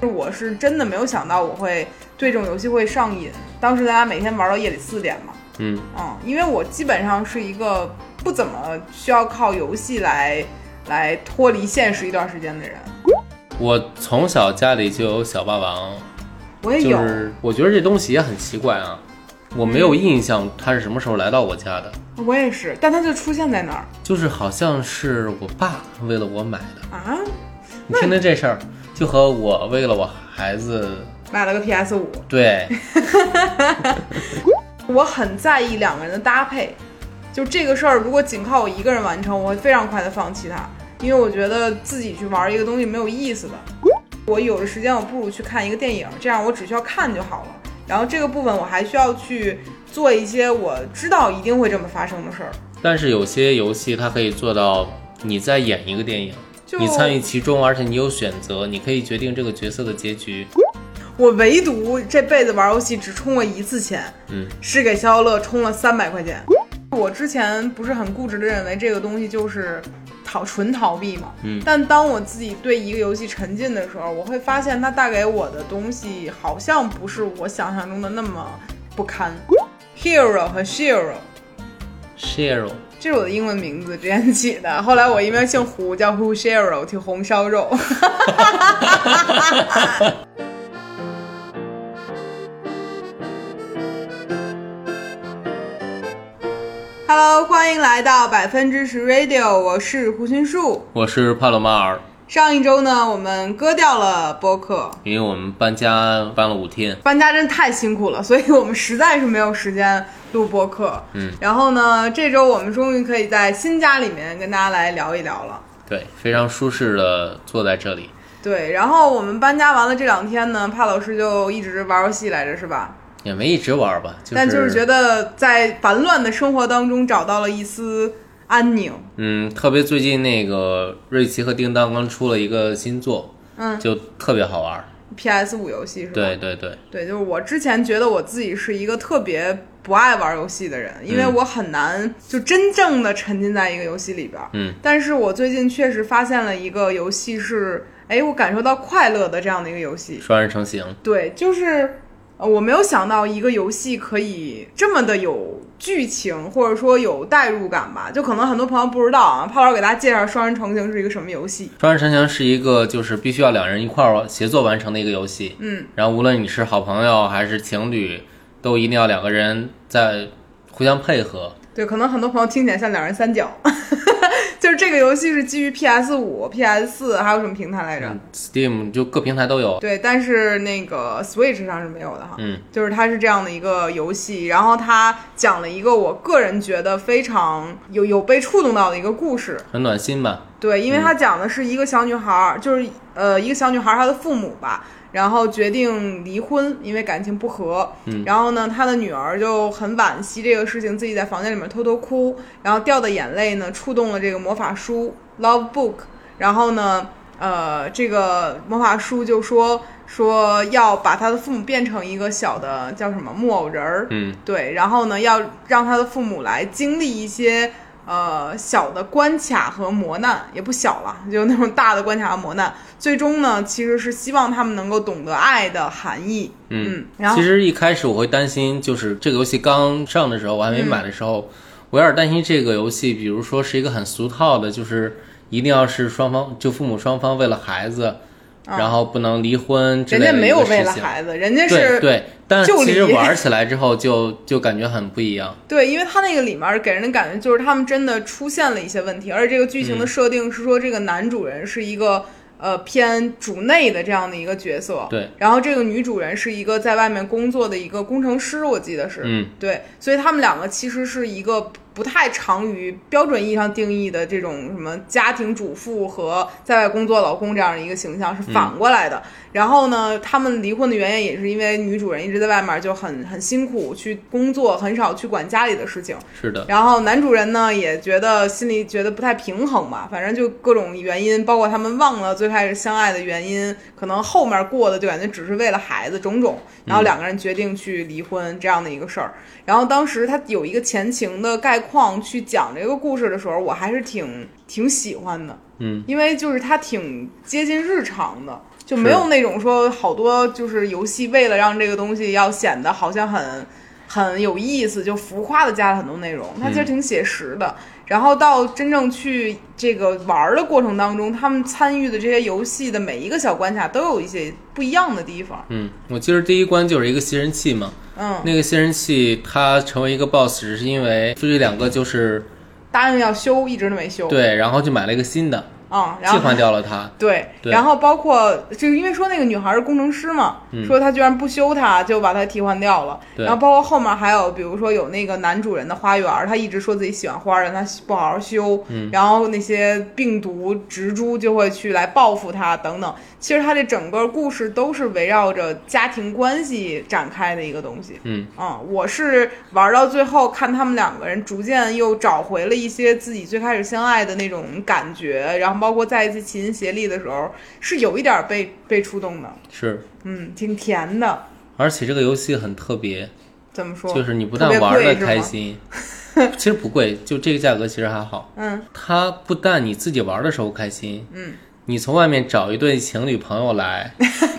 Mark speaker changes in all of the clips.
Speaker 1: 我是真的没有想到我会对这种游戏会上瘾。当时咱俩每天玩到夜里四点嘛，
Speaker 2: 嗯
Speaker 1: 嗯，因为我基本上是一个不怎么需要靠游戏来来脱离现实一段时间的人。
Speaker 2: 我从小家里就有小霸王，
Speaker 1: 我也
Speaker 2: 就
Speaker 1: 有，
Speaker 2: 是我觉得这东西也很奇怪啊，我没有印象它是什么时候来到我家的，
Speaker 1: 我也是，但它就出现在那儿
Speaker 2: 就是好像是我爸为了我买的。
Speaker 1: 啊，
Speaker 2: 你听听这事儿，就和我为了我孩子，
Speaker 1: 买了个 PS 五。
Speaker 2: 对，
Speaker 1: 我很在意两个人的搭配，就这个事儿，如果仅靠我一个人完成，我会非常快的放弃它，因为我觉得自己去玩一个东西没有意思的。我有的时间，我不如去看一个电影，这样我只需要看就好了。然后这个部分我还需要去做一些我知道一定会这么发生的事儿，
Speaker 2: 但是有些游戏它可以做到你在演一个电影，
Speaker 1: 就
Speaker 2: 你参与其中，而且你有选择，你可以决定这个角色的结局。
Speaker 1: 我唯独这辈子玩游戏只充过一次钱，
Speaker 2: 嗯，
Speaker 1: 是给消消乐充了三百块钱。我之前不是很固执的认为这个东西就是逃纯逃避嘛，
Speaker 2: 嗯
Speaker 1: 但当我自己对一个游戏沉浸的时候，我会发现它带给我的东西好像不是我想象中的那么不堪。Hero 和 Shiro，
Speaker 2: Share，
Speaker 1: 这是我的英文名字之前起的， 后来我因为姓胡叫胡 Shiro，就红烧肉。Hello，欢迎来到百分之十 Radio，我是胡群树。
Speaker 2: 我是帕洛马尔，
Speaker 1: 上一周呢，我们割掉了播客，
Speaker 2: 因为我们搬家搬了五天，
Speaker 1: 搬家真太辛苦了，所以我们实在是没有时间录播客。
Speaker 2: 嗯，
Speaker 1: 然后呢，这周我们终于可以在新家里面跟大家来聊一聊了。
Speaker 2: 对，非常舒适的坐在这里。
Speaker 1: 对，然后我们搬家完了这两天呢，帕老师就一直玩游戏来着，是吧？
Speaker 2: 也没一直玩吧，就是
Speaker 1: 但就是觉得在烦乱的生活当中找到了一丝安宁。
Speaker 2: 嗯，特别最近那个瑞奇和叮当刚出了一个新作，
Speaker 1: 嗯
Speaker 2: 就特别好玩儿。
Speaker 1: ，PS 五游戏是吧？
Speaker 2: 对对对，
Speaker 1: 对，就是我之前觉得我自己是一个特别不爱玩游戏的人，因为
Speaker 2: 嗯
Speaker 1: 我很难就真正的沉浸在一个游戏里边。
Speaker 2: 嗯，
Speaker 1: 但是我最近确实发现了一个游戏是，哎，我感受到快乐的这样的一个游戏。
Speaker 2: 双人成行，
Speaker 1: 对，就是呃我没有想到一个游戏可以这么的有剧情，或者说有代入感吧。就可能很多朋友不知道啊，泡老给大家介绍《双人成行》是一个什么游戏。
Speaker 2: 双人成行是一个就是必须要两人一块儿协作完成的一个游戏。
Speaker 1: 嗯，
Speaker 2: 然后无论你是好朋友还是情侣，都一定要两个人在互相配合。
Speaker 1: 对，可能很多朋友听起来像两人三角， 就是这个游戏是基于 PS 五、PS 四还有什么平台来着？
Speaker 2: 嗯，Steam 就各平台都有。
Speaker 1: 对，但是那个 Switch 上是没有的哈。
Speaker 2: 嗯，
Speaker 1: 就是它是这样的一个游戏，然后它讲了一个我个人觉得非常有有被触动到的一个故事。
Speaker 2: 很暖心吧？
Speaker 1: 对，因为它讲的是一个小女孩儿，就是呃一个小女孩儿她的父母吧，然后决定离婚，因为感情不和。
Speaker 2: 嗯
Speaker 1: 然后呢，她的女儿就很惋惜这个事情，自己在房间里面偷偷哭，然后掉的眼泪呢触动了这个魔法书 Love Book，然后呢。呃，这个魔法书就说说要把她的父母变成一个小的叫什么木偶人儿，
Speaker 2: 嗯，
Speaker 1: 对，然后呢，要让他的父母来经历一些呃小的关卡和磨难，也不小了，就那种大的关卡和磨难。最终呢，其实是希望他们能够懂得爱的含义。
Speaker 2: 嗯
Speaker 1: 然后
Speaker 2: 其实一开始我会担心，就是这个游戏刚上的时候，我还没买的时候，我有点担心这个游戏，比如说是一个很俗套的，就是一定要是双方就父母双方为了孩子，然后不能离婚之
Speaker 1: 啊人
Speaker 2: 类
Speaker 1: 家
Speaker 2: 的
Speaker 1: 没
Speaker 2: 一
Speaker 1: 有
Speaker 2: 个事情。
Speaker 1: 为了孩子，人家
Speaker 2: 对
Speaker 1: 是
Speaker 2: 对，但
Speaker 1: 就
Speaker 2: 其实
Speaker 1: 离
Speaker 2: 玩起来之后就就感觉很不一样。
Speaker 1: 对，因为他那个里面给人的感觉就是他们真的出现了一些问题，而且这个剧情的设定是说这个男主人是一个。呃，偏主内的这样的一个角色，
Speaker 2: 对。
Speaker 1: 然后这个女主人是一个在外面工作的一个工程师，我记得是，
Speaker 2: 嗯，
Speaker 1: 对。所以他们两个其实是一个不太常于标准意义上定义的这种什么家庭主妇和在外工作老公这样的一个形象是反过来的。然后呢，他们离婚的原因也是因为女主人一直在外面就很很辛苦去工作，很少去管家里的事情。
Speaker 2: 是的，
Speaker 1: 然后男主人呢也觉得心里觉得不太平衡吧，反正就各种原因，包括他们忘了最开始相爱的原因，可能后面过的就感觉只是为了孩子种种，然后两个人决定去离婚这样的一个事儿。然后当时他有一个前情的概况去讲这个故事的时候，我还是挺挺喜欢的，
Speaker 2: 嗯，
Speaker 1: 因为就是它挺接近日常的，就没
Speaker 2: 是
Speaker 1: 有那种说好多就是游戏为了让这个东西要显得好像很很有意思，就浮夸的加了很多内容，
Speaker 2: 嗯
Speaker 1: 它其实挺写实的。然后到真正去这个玩儿的过程当中，他们参与的这些游戏的每一个小关卡都有一些不一样的地方，
Speaker 2: 嗯，我记得第一关就是一个吸尘器嘛，
Speaker 1: 嗯，
Speaker 2: 那个吸尘器它成为一个 boss，只是因为这两个就是
Speaker 1: 答应要修，一直都没修，
Speaker 2: 对，然后就买了一个新的，
Speaker 1: 啊、哦然
Speaker 2: 替
Speaker 1: 后
Speaker 2: 换掉了它。
Speaker 1: 对，
Speaker 2: 对
Speaker 1: 然后包括就是因为说那个女孩是工程师嘛，说她居然不修它，就把它替换掉了。
Speaker 2: 嗯对
Speaker 1: 然后包括后面还有，比如说有那个男主人的花园，他一直说自己喜欢花儿，但他不好好修，
Speaker 2: 嗯
Speaker 1: 然后那些病毒、植株就会去来报复他等等。其实他这整个故事都是围绕着家庭关系展开的一个东西。
Speaker 2: 嗯
Speaker 1: 嗯，我是玩到最后，看他们两个人逐渐又找回了一些自己最开始相爱的那种感觉，然后包括在一起齐心协力的时候，是有一点儿被被触动的，
Speaker 2: 是，
Speaker 1: 嗯，挺甜的。
Speaker 2: 而且这个游戏很特别，
Speaker 1: 怎么说？
Speaker 2: 就是你不
Speaker 1: 特
Speaker 2: 但
Speaker 1: 别
Speaker 2: 玩的
Speaker 1: 贵是吗
Speaker 2: 开心，其实不贵，就这个价格其实还好。
Speaker 1: 嗯
Speaker 2: 它不但你自己玩的时候开心，
Speaker 1: 嗯，
Speaker 2: 你从外面找一对情侣朋友来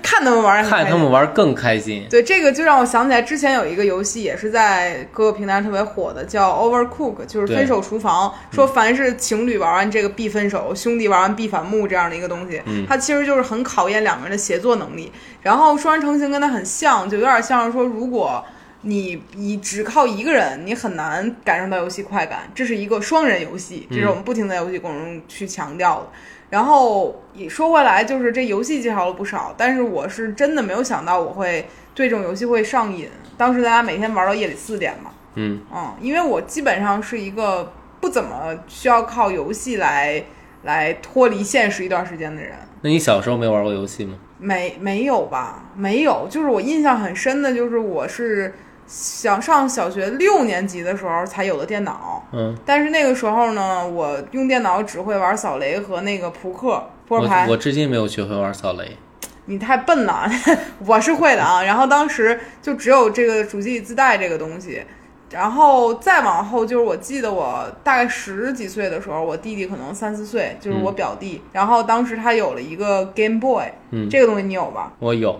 Speaker 1: 看他们玩儿很开心，
Speaker 2: 看他们玩更开心。
Speaker 1: 对这个就让我想起来之前有一个游戏也是在各个平台特别火的，叫 Overcook，就是
Speaker 2: 对
Speaker 1: 分手厨房，说凡是情侣玩完这个必分手，兄弟玩完必反目这样的一个东西，它其实就是很考验两个人的协作能力。然后双人成行跟它很像，就有点像是说如果。你你只靠一个人，你很难感受到游戏快感。这是一个双人游戏，这是我们不停在游戏过程中去强调的。然后也说回来，就是这游戏介绍了不少，但是我是真的没有想到我会对这种游戏会上瘾。当时大家每天玩到夜里四点嘛，
Speaker 2: 嗯，
Speaker 1: 嗯，因为我基本上是一个不怎么需要靠游戏来来脱离现实一段时间的人。
Speaker 2: 那你小时候没玩过游戏吗？
Speaker 1: 没没有吧？没有，就是我印象很深的，就是我是想上小学六年级的时候才有的电脑，
Speaker 2: 嗯，
Speaker 1: 但是那个时候呢，我用电脑只会玩扫雷和那个扑克扑克牌
Speaker 2: 我。我至今没有学会玩扫雷。
Speaker 1: 你太笨了， 我是会的啊。然后当时就只有这个主机里自带这个东西，然后再往后就是我记得我大概十几岁的时候，我弟弟可能三四岁，就是我表弟。然后当时他有了一个 Game Boy，、
Speaker 2: 嗯
Speaker 1: 这个东西你有吧？
Speaker 2: 我有，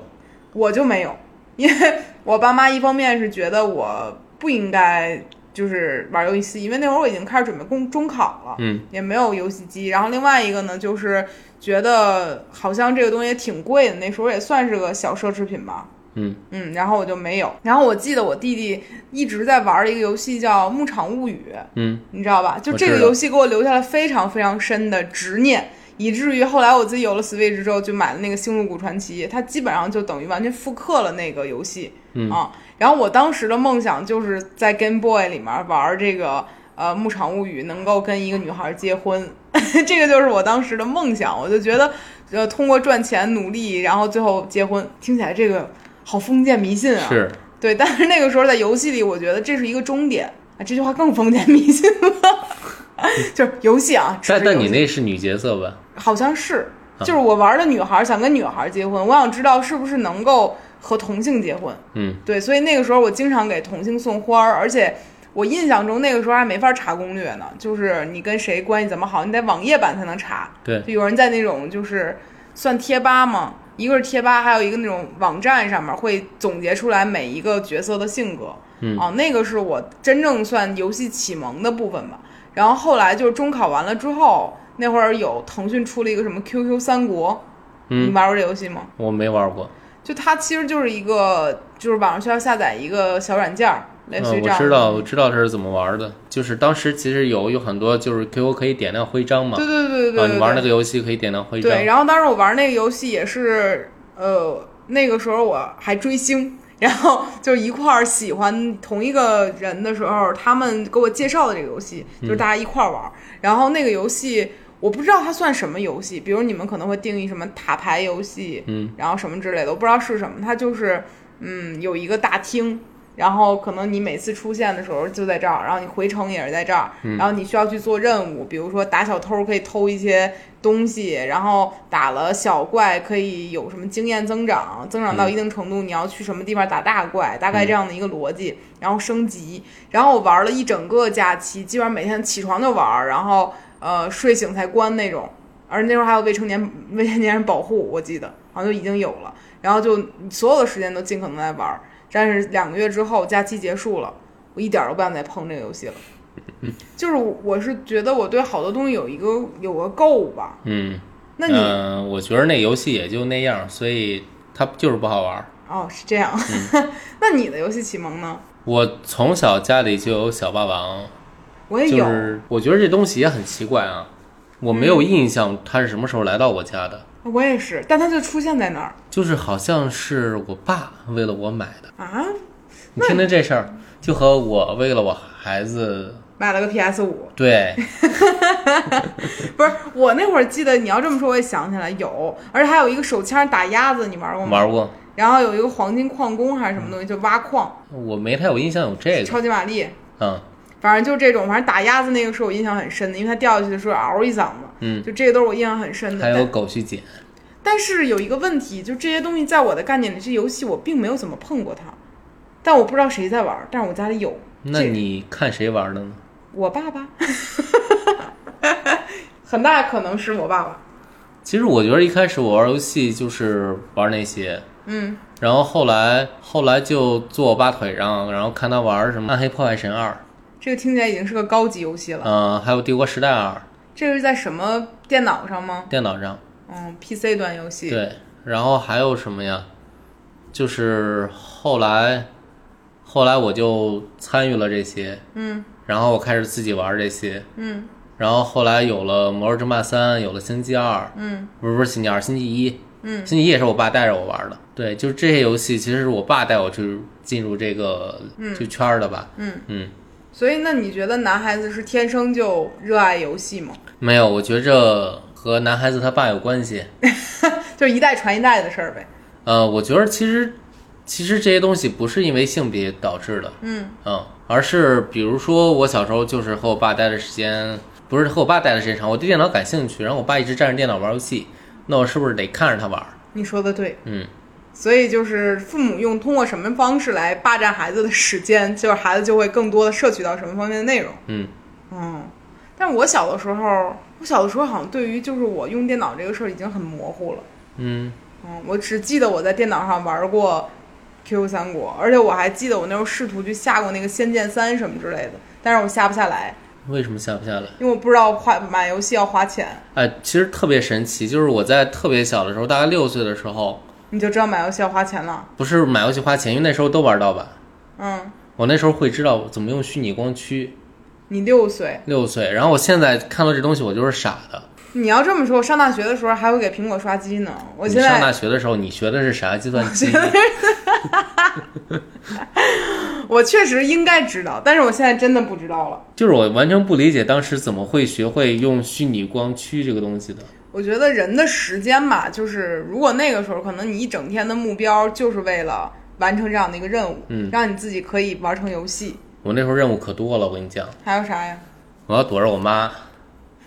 Speaker 1: 我就没有，因为 我爸妈一方面是觉得我不应该就是玩游戏，因为那会儿我已经开始准备公中考了，
Speaker 2: 嗯，
Speaker 1: 也没有游戏机。然后另外一个呢，就是觉得好像这个东西也挺贵的，那时候也算是个小奢侈品吧。
Speaker 2: 嗯
Speaker 1: 嗯，然后我就没有。然后我记得我弟弟一直在玩一个游戏叫《牧场物语》，
Speaker 2: 嗯，
Speaker 1: 你知道吧？就
Speaker 2: 我
Speaker 1: 这
Speaker 2: 知
Speaker 1: 个
Speaker 2: 道
Speaker 1: 游戏给我留下了非常非常深的执念，以至于后来我自己有了 Switch 之后，就买了那个《星露谷传奇》，它基本上就等于完全复刻了那个游戏、
Speaker 2: 嗯
Speaker 1: 啊。然后我当时的梦想就是在 Game Boy 里面玩这个呃《牧场物语》，能够跟一个女孩结婚， 这个就是我当时的梦想。我就觉得，呃，通过赚钱努力，然后最后结婚，听起来这个好封建迷信啊。
Speaker 2: 是
Speaker 1: 对，但是那个时候在游戏里，我觉得这是一个终点啊，这句话更封建迷信了。 就是游戏啊，只是
Speaker 2: 但但
Speaker 1: 游
Speaker 2: 你
Speaker 1: 戏
Speaker 2: 那是啊女角色吧？
Speaker 1: 好像是，就是我玩的女孩儿想跟女孩儿结婚，我想知道是不是能够和同性结婚。
Speaker 2: 嗯，
Speaker 1: 对，所以那个时候我经常给同性送花儿，而且我印象中那个时候还没法查攻略呢，就是你跟谁关系怎么好，你得网页版才能查。
Speaker 2: 对，
Speaker 1: 就有人在那种就是算贴吧嘛，一个是贴吧，还有一个那种网站上面会总结出来每一个角色的性格。
Speaker 2: 嗯
Speaker 1: 啊，那个是我真正算游戏启蒙的部分吧。然后后来就是中考完了之后，那会儿有腾讯出了一个什么 QQ 三国，你
Speaker 2: 嗯，
Speaker 1: 玩过这游戏吗？
Speaker 2: 我没玩过。
Speaker 1: 就它其实就是一个，就是网上需要下载一个小软件儿，类似于哎
Speaker 2: 嗯，
Speaker 1: 这
Speaker 2: 我
Speaker 1: 样的。
Speaker 2: 知道，我知道这是怎么玩的。就是当时其实有有很多就是 QQ 可以点亮徽章嘛，
Speaker 1: 对对对对对对
Speaker 2: 啊，你玩那个游戏可以点亮徽章。
Speaker 1: 对，然后当时我玩那个游戏也是，呃，那个时候我还追星，然后就一块儿喜欢同一个人的时候，他们给我介绍的这个游戏，就是大家一块儿玩儿。然后那个游戏我不知道它算什么游戏，比如你们可能会定义什么塔牌游戏，
Speaker 2: 嗯，
Speaker 1: 然后什么之类的，我不知道是什么，它就是嗯有一个大厅。然后可能你每次出现的时候就在这儿，然后你回城也是在这儿，然后你需要去做任务，比如说打小偷可以偷一些东西，然后打了小怪可以有什么经验增长，增长到一定程度你要去什么地方打大怪，大概这样的一个逻辑，然后升级，然后我玩了一整个假期，基本上每天起床就玩，然后呃睡醒才关那种，而那时候还有未成年 未成年人保护，我记得好像就已经有了，然后就所有的时间都尽可能在玩。但是两个月之后假期结束了，我一点儿都不想再碰这个游戏了。就是我是觉得我对好多东西有一个有个够吧。
Speaker 2: 嗯，
Speaker 1: 那你、
Speaker 2: 嗯我觉得那游戏也就那样，所以它就是不好玩儿。
Speaker 1: 哦是这样，
Speaker 2: 嗯
Speaker 1: 那你的游戏启蒙呢？
Speaker 2: 我从小家里就有小霸王，
Speaker 1: 我哎也有，嗯
Speaker 2: 就是我觉得这东西也很奇怪啊，我没有印象它是什么时候来到我家的，
Speaker 1: 我也是，但它就出现在那儿
Speaker 2: 就是好像是我爸为了我买的。
Speaker 1: 啊，
Speaker 2: 你听听这事儿，就和我为了我孩子，
Speaker 1: 买了个 PS 五。
Speaker 2: 对，
Speaker 1: 不是，我那会儿记得你要这么说，我也想起来有，而且还有一个手枪打鸭子，你玩过吗？
Speaker 2: 玩过，
Speaker 1: 然后有一个黄金矿工还是什么东西，就挖矿，
Speaker 2: 我没太有印象有这个，
Speaker 1: 超级玛丽。
Speaker 2: 嗯
Speaker 1: 反正就这种，反正打鸭子那个是我印象很深的，因为它掉下去的时候嗷一嗓子，
Speaker 2: 嗯，
Speaker 1: 就这个都是我印象很深的。
Speaker 2: 还有
Speaker 1: 但
Speaker 2: 狗去捡，
Speaker 1: 但是有一个问题，就这些东西在我的概念里，这游戏我并没有怎么碰过它，但我不知道谁在玩儿，但是我家里有。
Speaker 2: 那
Speaker 1: 这
Speaker 2: 你看谁玩的呢？
Speaker 1: 我爸爸， 很大可能是我爸爸。
Speaker 2: 其实我觉得一开始我玩游戏就是玩那些，
Speaker 1: 嗯，
Speaker 2: 然后后来后来就坐我爸腿上，然后看他玩什么《暗黑破坏神二》，
Speaker 1: 这个听起来已经是个高级游戏了。
Speaker 2: 嗯、还有《帝国时代二
Speaker 1: 这个是在什么电脑上吗》？
Speaker 2: 电脑上，
Speaker 1: 嗯，PC 端游戏。
Speaker 2: 对，然后还有什么呀？就是后来后来我就参与了这些，
Speaker 1: 嗯
Speaker 2: 然后我开始自己玩这些，
Speaker 1: 嗯
Speaker 2: 然后后来有了《魔兽争霸三》，有了《星际二》，
Speaker 1: 嗯
Speaker 2: 不是不是星期二，星期一，
Speaker 1: 嗯
Speaker 2: 星期一也是我爸带着我玩的。对，就是这些游戏，其实是我爸带我去进入这个就圈儿的吧。
Speaker 1: 嗯。
Speaker 2: 嗯，
Speaker 1: 所以，那你觉得男孩子是天生就热爱游戏吗？
Speaker 2: 没有，我觉着和男孩子他爸有关系。
Speaker 1: 就是一代传一代的事儿呗。
Speaker 2: 呃，我觉得其实其实这些东西不是因为性别导致的，
Speaker 1: 嗯
Speaker 2: 嗯，而是比如说我小时候就是和我爸待的时间，不是和我爸待的时间长，我对电脑感兴趣，然后我爸一直占着电脑玩游戏，那我是不是得看着他玩儿？，
Speaker 1: 你说的对。
Speaker 2: 嗯，
Speaker 1: 所以就是父母用通过什么方式来霸占孩子的时间，就是孩子就会更多的摄取到什么方面的内容。
Speaker 2: 嗯
Speaker 1: 嗯，但我小的时候，我小的时候好像对于就是我用电脑这个事儿已经很模糊了。
Speaker 2: 嗯，
Speaker 1: 嗯，我只记得我在电脑上玩过 QQ 三国，而且我还记得我那时候试图去下过那个《仙剑三》什么之类的，但是我下不下来，
Speaker 2: 为什么下不下来？
Speaker 1: 因为我不知道花买游戏要花钱，
Speaker 2: 哎，其实特别神奇，就是我在特别小的时候，大概六岁的时候，
Speaker 1: 你就知道买游戏要花钱了。
Speaker 2: 不是买游戏花钱，因为那时候都玩盗版，
Speaker 1: 嗯，
Speaker 2: 我那时候会知道怎么用虚拟光驱。
Speaker 1: 你六岁，
Speaker 2: 六岁，然后我现在看到这东西，我就是傻的。
Speaker 1: 你要这么说，我上大学的时候还会给苹果刷机呢。我
Speaker 2: 你
Speaker 1: 现
Speaker 2: 上
Speaker 1: 在
Speaker 2: 大学的时候，你学的是啥计算 机？
Speaker 1: 我确实应该知道，但是我现在真的不知道了。
Speaker 2: 就是我完全不理解当时怎么会学会用虚拟光驱这个东西的。
Speaker 1: 我觉得人的时间吧，就是如果那个时候可能你一整天的目标就是为了完成这样的一个任务，
Speaker 2: 嗯
Speaker 1: 让你自己可以玩成游戏，
Speaker 2: 我那时候任务可多了，我跟你讲，
Speaker 1: 还有啥呀？
Speaker 2: 我要躲着我妈。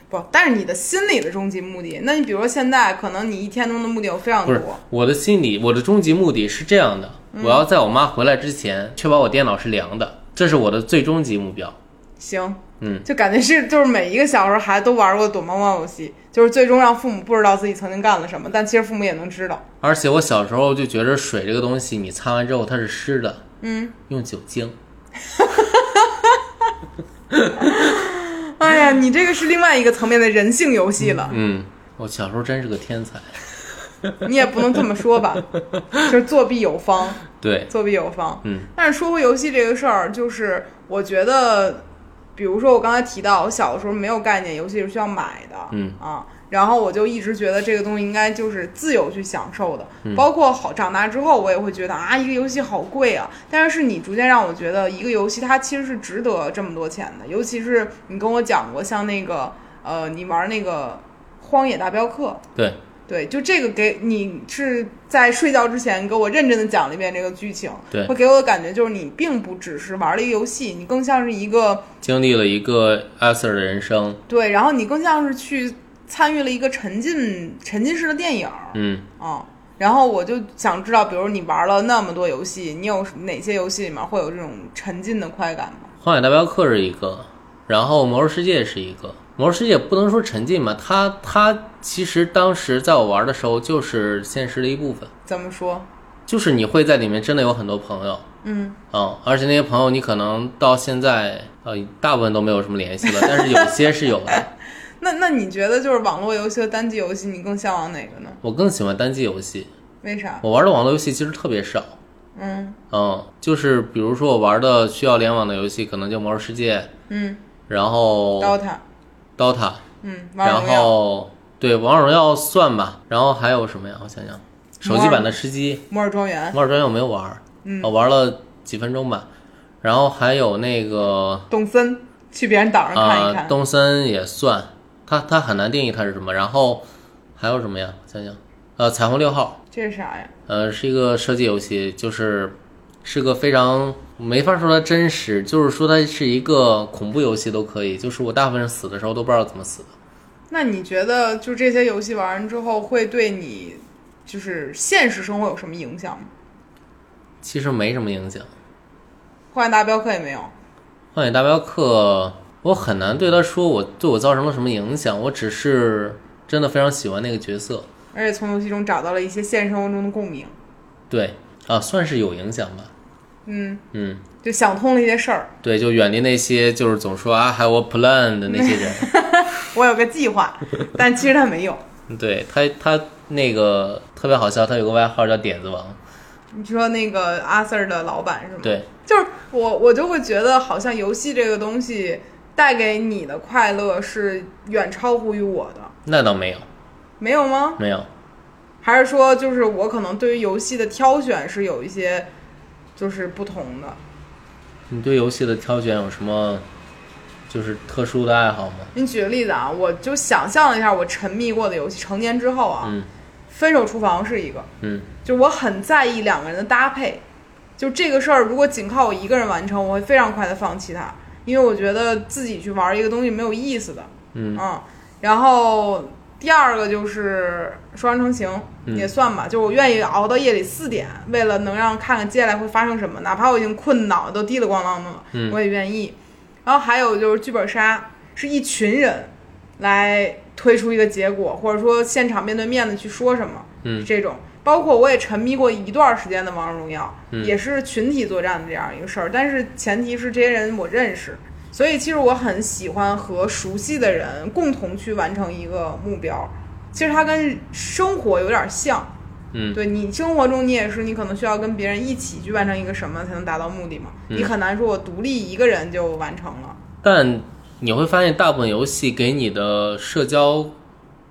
Speaker 1: 不，但是你的心理的终极目的，那你比如说现在可能你一天中的目的有非常
Speaker 2: 不是
Speaker 1: 多，
Speaker 2: 我的心理，我的终极目的是这样的：
Speaker 1: 嗯
Speaker 2: 我要在我妈回来之前，确保我电脑是凉的，这是我的最终极目标。
Speaker 1: 行，
Speaker 2: 嗯，
Speaker 1: 就感觉是就是每一个小时候孩子都玩过躲猫猫游戏，就是最终让父母不知道自己曾经干了什么，但其实父母也能知道，
Speaker 2: 而且我小时候就觉着水这个东西，你擦完之后它是湿的，
Speaker 1: 嗯，
Speaker 2: 用酒精。
Speaker 1: 哎呀，你这个是另外一个层面的人性游戏了，
Speaker 2: 嗯，我小时候真是个天才。
Speaker 1: 你也不能这么说吧，就是作弊有方，
Speaker 2: 对，
Speaker 1: 作弊有方。
Speaker 2: 嗯
Speaker 1: 但是说回游戏这个事儿，就是我觉得，比如说我刚才提到，我小的时候没有概念，游戏是需要买的，
Speaker 2: 嗯
Speaker 1: 啊，然后我就一直觉得这个东西应该就是自由去享受的，
Speaker 2: 嗯
Speaker 1: 包括好长大之后，我也会觉得啊，一个游戏好贵啊，但是是你逐渐让我觉得一个游戏它其实是值得这么多钱的，尤其是你跟我讲过像那个呃，你玩那个《荒野大镖客》，
Speaker 2: 对，
Speaker 1: 对，就这个给你是在睡觉之前给我认真的讲了一遍这个剧情，
Speaker 2: 对
Speaker 1: 会给我的感觉就是你并不只是玩了一个游戏，你更像是一个
Speaker 2: 经历了一个阿 Sir 的人生，
Speaker 1: 对，然后你更像是去参与了一个沉浸沉浸式的电影儿
Speaker 2: 嗯，
Speaker 1: 啊。然后我就想知道，比如你玩了那么多游戏，你有哪些游戏里面会有这种沉浸的快感吗？
Speaker 2: 《荒野大镖客》是一个，然后《魔兽世界》是一个。《魔兽世界》不能说沉浸吧，它它其实当时在我玩的时候就是现实的一部分，
Speaker 1: 怎么说？
Speaker 2: 就是你会在里面真的有很多朋友，
Speaker 1: 嗯，
Speaker 2: 嗯，而且那些朋友你可能到现在呃大部分都没有什么联系了，但是有些是有的。
Speaker 1: 那那你觉得就是网络游戏和单机游戏，你更向往哪个呢？
Speaker 2: 我更喜欢单机游戏，
Speaker 1: 为啥？
Speaker 2: 我玩的网络游戏其实特别少，
Speaker 1: 嗯
Speaker 2: 嗯，就是比如说我玩的需要联网的游戏，可能就《魔兽世界》，
Speaker 1: 嗯
Speaker 2: 然后《
Speaker 1: ，DOTA，
Speaker 2: DOTA》，
Speaker 1: 嗯，王者
Speaker 2: 哦然
Speaker 1: 荣耀
Speaker 2: 后对《王者荣耀》算吧，然后还有什么呀？我想想，手机版的吃鸡，
Speaker 1: 摩尔庄园
Speaker 2: 《摩尔庄园》我没有玩儿，
Speaker 1: 嗯
Speaker 2: 我玩了几分钟吧，然后还有那个
Speaker 1: 动森，去别人岛上看一
Speaker 2: 啊，
Speaker 1: 看。
Speaker 2: 东森也算，它它很难定义它是什么。然后还有什么呀？我想想，呃，彩虹六号，
Speaker 1: 这是啥呀？
Speaker 2: 呃，是一个射击游戏，就是是个非常没法说它真实，就是说它是一个恐怖游戏都可以。就是我大部分人死的时候都不知道怎么死的。
Speaker 1: 那你觉得就这些游戏玩完之后，会对你就是现实生活有什么影响吗？
Speaker 2: 其实没什么影响。
Speaker 1: 荒野大镖客也没有。
Speaker 2: 《荒野大镖客》，我很难对他说我对我造成了什么影响，我只是真的非常喜欢那个角色，
Speaker 1: 而且从游戏中找到了一些现实生活中的共鸣，
Speaker 2: 对啊，算是有影响吧。
Speaker 1: 嗯，
Speaker 2: 嗯，
Speaker 1: 就想通了一些事儿。
Speaker 2: 对，就远离那些就是总说啊还有我 plan 的那些人。
Speaker 1: 我有个计划，但其实他没有。
Speaker 2: 对他，他那个特别好笑，他有个外号叫点子王。
Speaker 1: 你说那个阿 Sir 的老板是吗？，
Speaker 2: 对，
Speaker 1: 就是我，我就会觉得好像游戏这个东西带给你的快乐是远超乎于我的，
Speaker 2: 那倒没有，
Speaker 1: 没有吗？
Speaker 2: 没有。
Speaker 1: 还是说就是我可能对于游戏的挑选是有一些就是不同的？
Speaker 2: 你对游戏的挑选有什么就是特殊的爱好吗？
Speaker 1: 你举个例子啊，我就想象了一下我沉迷过的游戏，成年之后啊，
Speaker 2: 嗯
Speaker 1: 分手厨房》是一个，
Speaker 2: 嗯，
Speaker 1: 就我很在意两个人的搭配。就这个事儿，如果仅靠我一个人完成，我会非常快的放弃它，因为我觉得自己去玩一个东西没有意思的。啊
Speaker 2: 嗯
Speaker 1: 然后第二个就是《双人成行》
Speaker 2: 嗯
Speaker 1: 也算吧，就我愿意熬到夜里四点，为了能让看看接下来会发生什么，哪怕我已经困脑都滴了咣啷的了，
Speaker 2: 嗯
Speaker 1: 我也愿意。然后还有就是剧本杀，是一群人来推出一个结果，或者说现场面对面的去说什么，
Speaker 2: 嗯
Speaker 1: 这种。包括我也沉迷过一段时间的《王者荣耀》
Speaker 2: 嗯
Speaker 1: 也是群体作战的这样一个事儿，但是前提是这些人我认识，所以其实我很喜欢和熟悉的人共同去完成一个目标。其实它跟生活有点像，
Speaker 2: 嗯
Speaker 1: 对你生活中你也是，你可能需要跟别人一起去完成一个什么才能达到目的嘛，
Speaker 2: 嗯
Speaker 1: 你很难说我独立一个人就完成了。
Speaker 2: 但你会发现大部分游戏给你的社交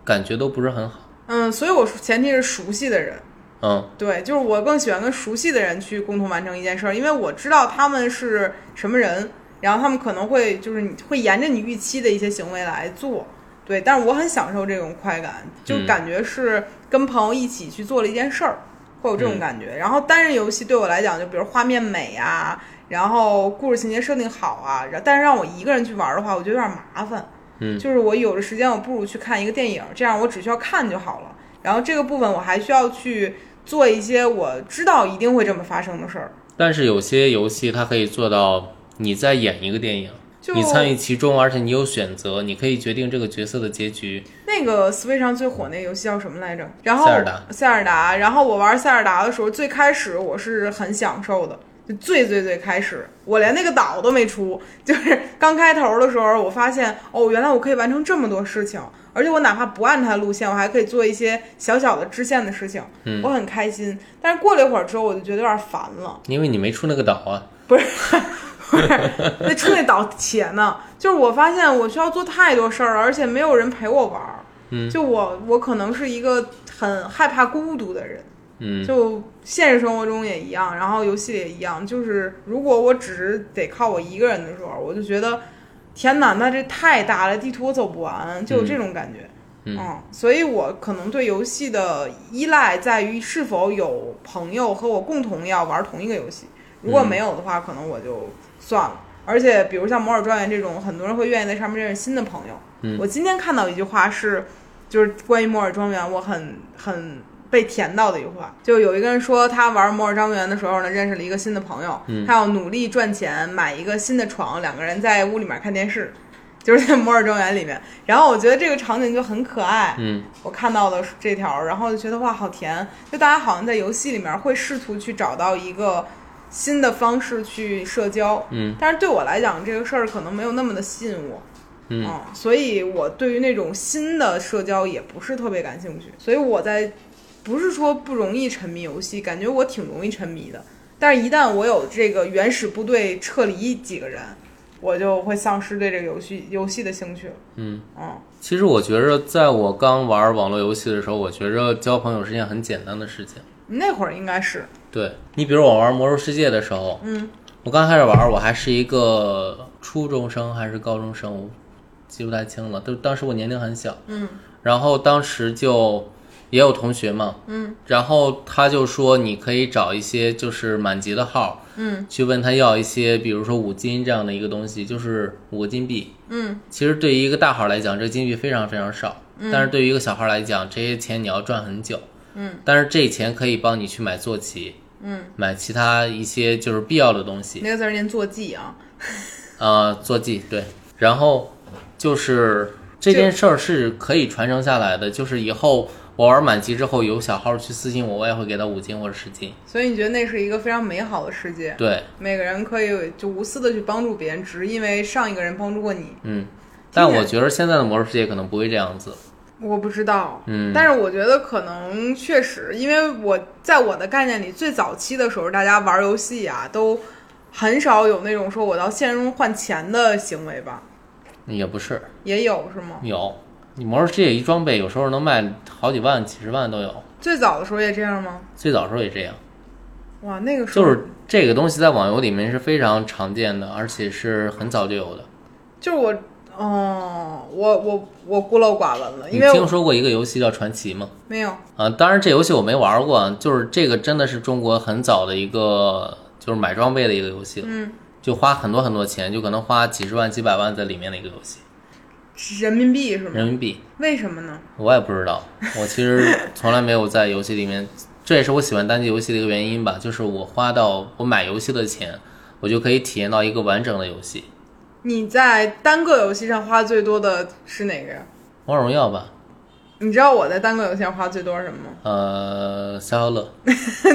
Speaker 2: 感觉都不是很好。
Speaker 1: 嗯，所以我说前提是熟悉的人，
Speaker 2: 嗯
Speaker 1: 对，就是我更喜欢跟熟悉的人去共同完成一件事儿，因为我知道他们是什么人，然后他们可能会就是你会沿着你预期的一些行为来做，对，但是我很享受这种快感，就
Speaker 2: 嗯
Speaker 1: 感觉是跟朋友一起去做了一件事儿，会有这
Speaker 2: 嗯
Speaker 1: 种感觉。然后单人游戏对我来讲，就比如画面美啊，然后故事情节设定好啊，然但是让我一个人去玩儿的话，我觉得有点麻烦。
Speaker 2: 嗯
Speaker 1: 就是我有的时间，我不如去看一个电影，这样我只需要看就好了。然后这个部分我还需要去做一些我知道一定会这么发生的事儿。
Speaker 2: 但是有些游戏它可以做到你在演一个电影，
Speaker 1: 就
Speaker 2: 你参与其中，而且你有选择，你可以决定这个角色的结局。
Speaker 1: 那个 Switch 上最火那个游戏叫什么来着？然后
Speaker 2: 塞尔达
Speaker 1: 塞尔达。然后我玩塞尔达的时候，最开始我是很享受的，就最最最开始，我连那个岛都没出，就是刚开头的时候，我发现哦，原来我可以完成这么多事情，而且我哪怕不按它的路线，我还可以做一些小小的支线的事情，
Speaker 2: 嗯
Speaker 1: 我很开心。但是过了一会儿之后，我就觉得有点烦了。
Speaker 2: 因为你没出那个岛啊，
Speaker 1: 不是，不是，那出那岛且呢，就是我发现我需要做太多事儿，而且没有人陪我玩儿。
Speaker 2: 嗯
Speaker 1: 就我，我可能是一个很害怕孤独的人，
Speaker 2: 嗯，
Speaker 1: 就现实生活中也一样，然后游戏里也一样。就是如果我只是得靠我一个人的时候，我就觉得，天哪，那这太大了，地图我走不完，就有这种感觉。嗯所以我可能对游戏的依赖在于是否有朋友和我共同要玩同一个游戏，如果没有的话，可能我就算了。而且，比如像摩尔庄园这种，很多人会愿意在上面认识新的朋友。
Speaker 2: 嗯
Speaker 1: 我今天看到一句话是，就是关于摩尔庄园，我很很被甜到的一句话，就有一个人说他玩摩尔庄园的时候呢，认识了一个新的朋友，他要努力赚钱买一个新的床，两个人在屋里面看电视，就是在摩尔庄园里面。然后我觉得这个场景就很可爱，
Speaker 2: 嗯，
Speaker 1: 我看到的这条，然后就觉得哇，好甜！就大家好像在游戏里面会试图去找到一个新的方式去社交，
Speaker 2: 嗯，
Speaker 1: 但是对我来讲，这个事儿可能没有那么的吸引我，啊
Speaker 2: 嗯
Speaker 1: 所以我对于那种新的社交也不是特别感兴趣，所以我在不是说不容易沉迷游戏，感觉我挺容易沉迷的，但是一旦我有这个原始部队撤离几个人，我就会丧失对这个游戏游戏的兴趣了，
Speaker 2: 嗯
Speaker 1: 嗯
Speaker 2: 其实我觉着，在我刚玩网络游戏的时候，我觉着交朋友是件很简单的事情。
Speaker 1: 那会儿应该是，
Speaker 2: 对你，比如我玩《魔兽世界》的时候，
Speaker 1: 嗯，
Speaker 2: 我刚开始玩，我还是一个初中生还是高中生，我记不太清了。就当时我年龄很小，
Speaker 1: 嗯
Speaker 2: 然后当时就也有同学嘛，
Speaker 1: 嗯
Speaker 2: 然后他就说你可以找一些就是满级的号，
Speaker 1: 嗯
Speaker 2: 去问他要一些，比如说五金这样的一个东西，就是五个金币。
Speaker 1: 嗯
Speaker 2: 其实对于一个大号来讲，这个金币非常非常少，但是对于一个小号来讲，这些钱你要赚很久。
Speaker 1: 嗯，
Speaker 2: 但是这钱可以帮你去买坐骑，
Speaker 1: 嗯，
Speaker 2: 买其他一些就是必要的东西。
Speaker 1: 那个字儿念坐骑啊，
Speaker 2: 呃，坐骑对，然后就是这件事儿是可以传承下来的，就是以后我玩满级之后，有小号去私信我，我也会给他五金或者十金。
Speaker 1: 所以你觉得那是一个非常美好的世界，
Speaker 2: 对，
Speaker 1: 每个人可以就无私的去帮助别人，只是因为上一个人帮助过你。
Speaker 2: 嗯，但
Speaker 1: 听着
Speaker 2: 我觉得现在的魔兽世界可能不会这样子。
Speaker 1: 我不知道，
Speaker 2: 嗯
Speaker 1: 但是我觉得可能确实，因为我在我的概念里，最早期的时候，大家玩游戏啊，都很少有那种说我到现实中换钱的行为吧，
Speaker 2: 也不是
Speaker 1: 也有是吗？
Speaker 2: 有，你魔兽世界一装备有时候能卖好几万、几十万都有。
Speaker 1: 最早的时候也这样吗？
Speaker 2: 最早时候也这样，
Speaker 1: 哇，那个时
Speaker 2: 就
Speaker 1: 候
Speaker 2: 是这个东西在网游里面是非常常见的，而且是很早就有的。
Speaker 1: 就是我，哦，我我我孤陋寡闻了，
Speaker 2: 你
Speaker 1: 因为
Speaker 2: 听
Speaker 1: 我
Speaker 2: 说过一个游戏叫《传奇》吗？
Speaker 1: 没有，
Speaker 2: 啊，当然这游戏我没玩过，啊，就是这个真的是中国很早的一个就是买装备的一个游戏了，
Speaker 1: 嗯，
Speaker 2: 就花很多很多钱，就可能花几十万、几百万在里面的一个游戏，
Speaker 1: 人民币是吗？
Speaker 2: 人民币。
Speaker 1: 为什么呢？
Speaker 2: 我也不知道，我 其实从来没有在游戏里面，这也是我喜欢单机游戏的一个原因吧，就是我花到我买游戏的钱，我就可以体验到一个完整的游戏，
Speaker 1: 你在单个游戏上花最多的是哪个呀？
Speaker 2: 《王者荣耀》吧，
Speaker 1: 你知道我在单个游戏上花最多是什么吗？
Speaker 2: 呃，消消乐，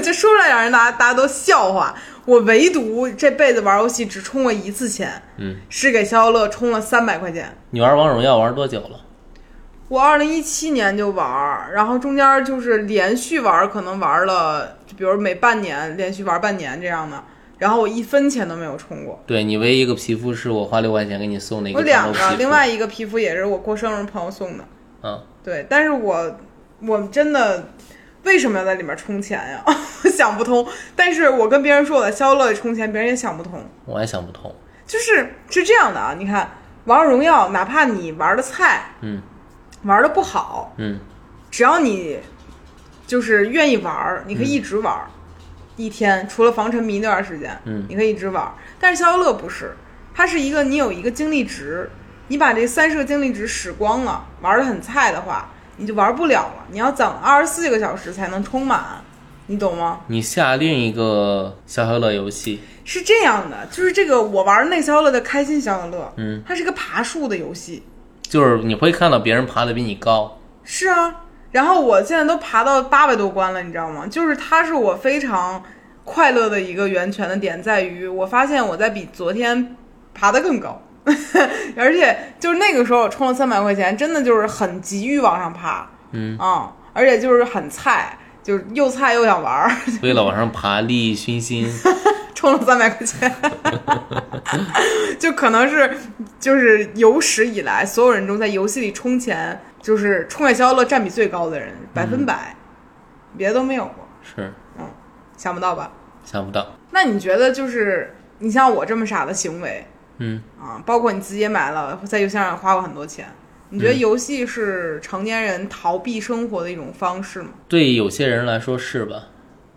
Speaker 1: 这说出来让人大家大家都笑话。我唯独这辈子玩游戏只充过一次钱，
Speaker 2: 嗯，
Speaker 1: 是给消消乐充了三百块钱。
Speaker 2: 你玩《王者荣耀》玩多久了？
Speaker 1: 我二零一七年就玩儿，然后中间就是连续玩儿，可能玩了，就比如每半年连续玩半年这样的，然后我一分钱都没有充过。
Speaker 2: 对你唯一一个皮肤是我花六块钱给你送的一
Speaker 1: 我
Speaker 2: 个战
Speaker 1: 两
Speaker 2: 斗皮
Speaker 1: 个，
Speaker 2: 肤
Speaker 1: 另外一个皮肤也是我过生日朋友送的。
Speaker 2: 嗯，
Speaker 1: 对，但是我我真的为什么要在里面充钱呀？ 我想不通。但是我跟别人说我在消乐里充钱，别人也想不通。
Speaker 2: 我还想不通，
Speaker 1: 就是是这样的啊，你看王者荣耀，哪怕你玩的菜
Speaker 2: 嗯
Speaker 1: 玩的不好，
Speaker 2: 嗯
Speaker 1: 只要你就是愿意玩儿，你可以
Speaker 2: 嗯
Speaker 1: 一直玩儿、一天，除了防沉迷那段时间，
Speaker 2: 嗯
Speaker 1: 你可以一直玩儿。但是消消乐不是，它是一个你有一个精力值，你把这三十个精力值使光了，玩的很菜的话，你就玩不了了。你要攒二十四个小时才能充满，你懂吗？
Speaker 2: 你下另一个消消乐游戏，
Speaker 1: 是这样的，就是这个我玩那消消乐的开心消消乐，
Speaker 2: 嗯，
Speaker 1: 它是个爬树的游戏。
Speaker 2: 就是你会看到别人爬的比你高，
Speaker 1: 是啊，然后我现在都爬到八百多关了，你知道吗？就是它是我非常快乐的一个源泉的点，在于我发现我在比昨天爬得更高， 而且就是那个时候我充了三百块钱，真的就是很急于往上爬，
Speaker 2: 嗯
Speaker 1: 啊、而且就是很菜，就是又菜又想玩儿，
Speaker 2: 为了往上爬，利益熏心。
Speaker 1: 充了三百块钱， 就可能是就是有史以来所有人中在游戏里充钱，就是充给消消乐占比最高的人，百
Speaker 2: 嗯
Speaker 1: 分百，别的都没有过，
Speaker 2: 是
Speaker 1: 想不到吧？
Speaker 2: 想不到，
Speaker 1: 那你觉得就是你像我这么傻的行为
Speaker 2: 嗯，
Speaker 1: 啊，包括你自己也买了，在游戏上也花过很多钱，你觉得
Speaker 2: 嗯
Speaker 1: 游戏是成年人逃避生活的一种方式吗？
Speaker 2: 对有些人来说是吧？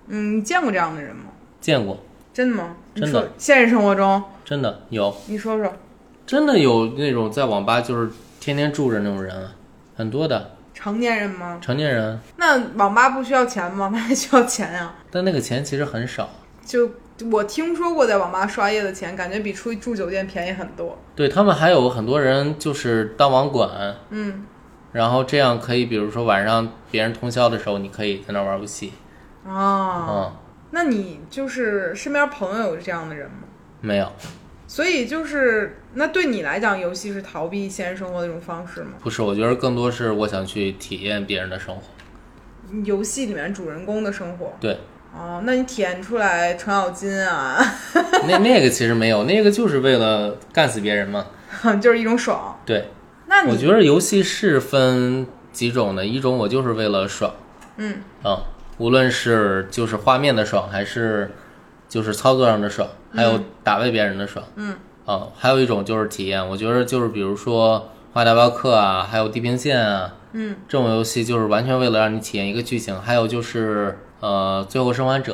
Speaker 1: 嗯，你见过这样的人吗？
Speaker 2: 见过，
Speaker 1: 真的吗？你
Speaker 2: 真
Speaker 1: 说
Speaker 2: 的
Speaker 1: 现实生活中，
Speaker 2: 真的有，
Speaker 1: 你说说，
Speaker 2: 真的有那种在网吧就是天天住着那种人啊，很多的
Speaker 1: 成年人吗？
Speaker 2: 成年人，
Speaker 1: 那网吧不需要钱吗？网吧 还需要钱呀、
Speaker 2: 但那个钱其实很少。
Speaker 1: 就我听说过，在网吧刷夜的钱，感觉比出去住酒店便宜很多。
Speaker 2: 对他们还有很多人就是当网管，
Speaker 1: 嗯，
Speaker 2: 然后这样可以，比如说晚上别人通宵的时候，你可以在那玩游戏。
Speaker 1: 啊，
Speaker 2: 嗯，
Speaker 1: 那你就是身边朋友有这样的人吗？
Speaker 2: 没有，
Speaker 1: 所以就是，那对你来讲，游戏是逃避现实生活的一种方式吗？
Speaker 2: 不是，我觉得更多是我想去体验别人的生活。
Speaker 1: 游戏里面主人公的生活。
Speaker 2: 对，
Speaker 1: 哦，那你体验出来程咬金啊，
Speaker 2: 那那个其实没有，那个就是为了干死别人嘛。
Speaker 1: 就是一种爽。
Speaker 2: 对，
Speaker 1: 那
Speaker 2: 我
Speaker 1: 你
Speaker 2: 觉得游戏是分几种的，一种我就是为了爽，
Speaker 1: 嗯
Speaker 2: 啊，无论是就是画面的爽，还是就是操作上的爽，还有打败别人的爽，
Speaker 1: 嗯，
Speaker 2: 啊，还有一种就是体验，我觉得就是比如说《画大镖客》啊，还有《地平线》啊，
Speaker 1: 嗯，
Speaker 2: 这种游戏就是完全为了让你体验一个剧情，还有就是呃《最后生还者》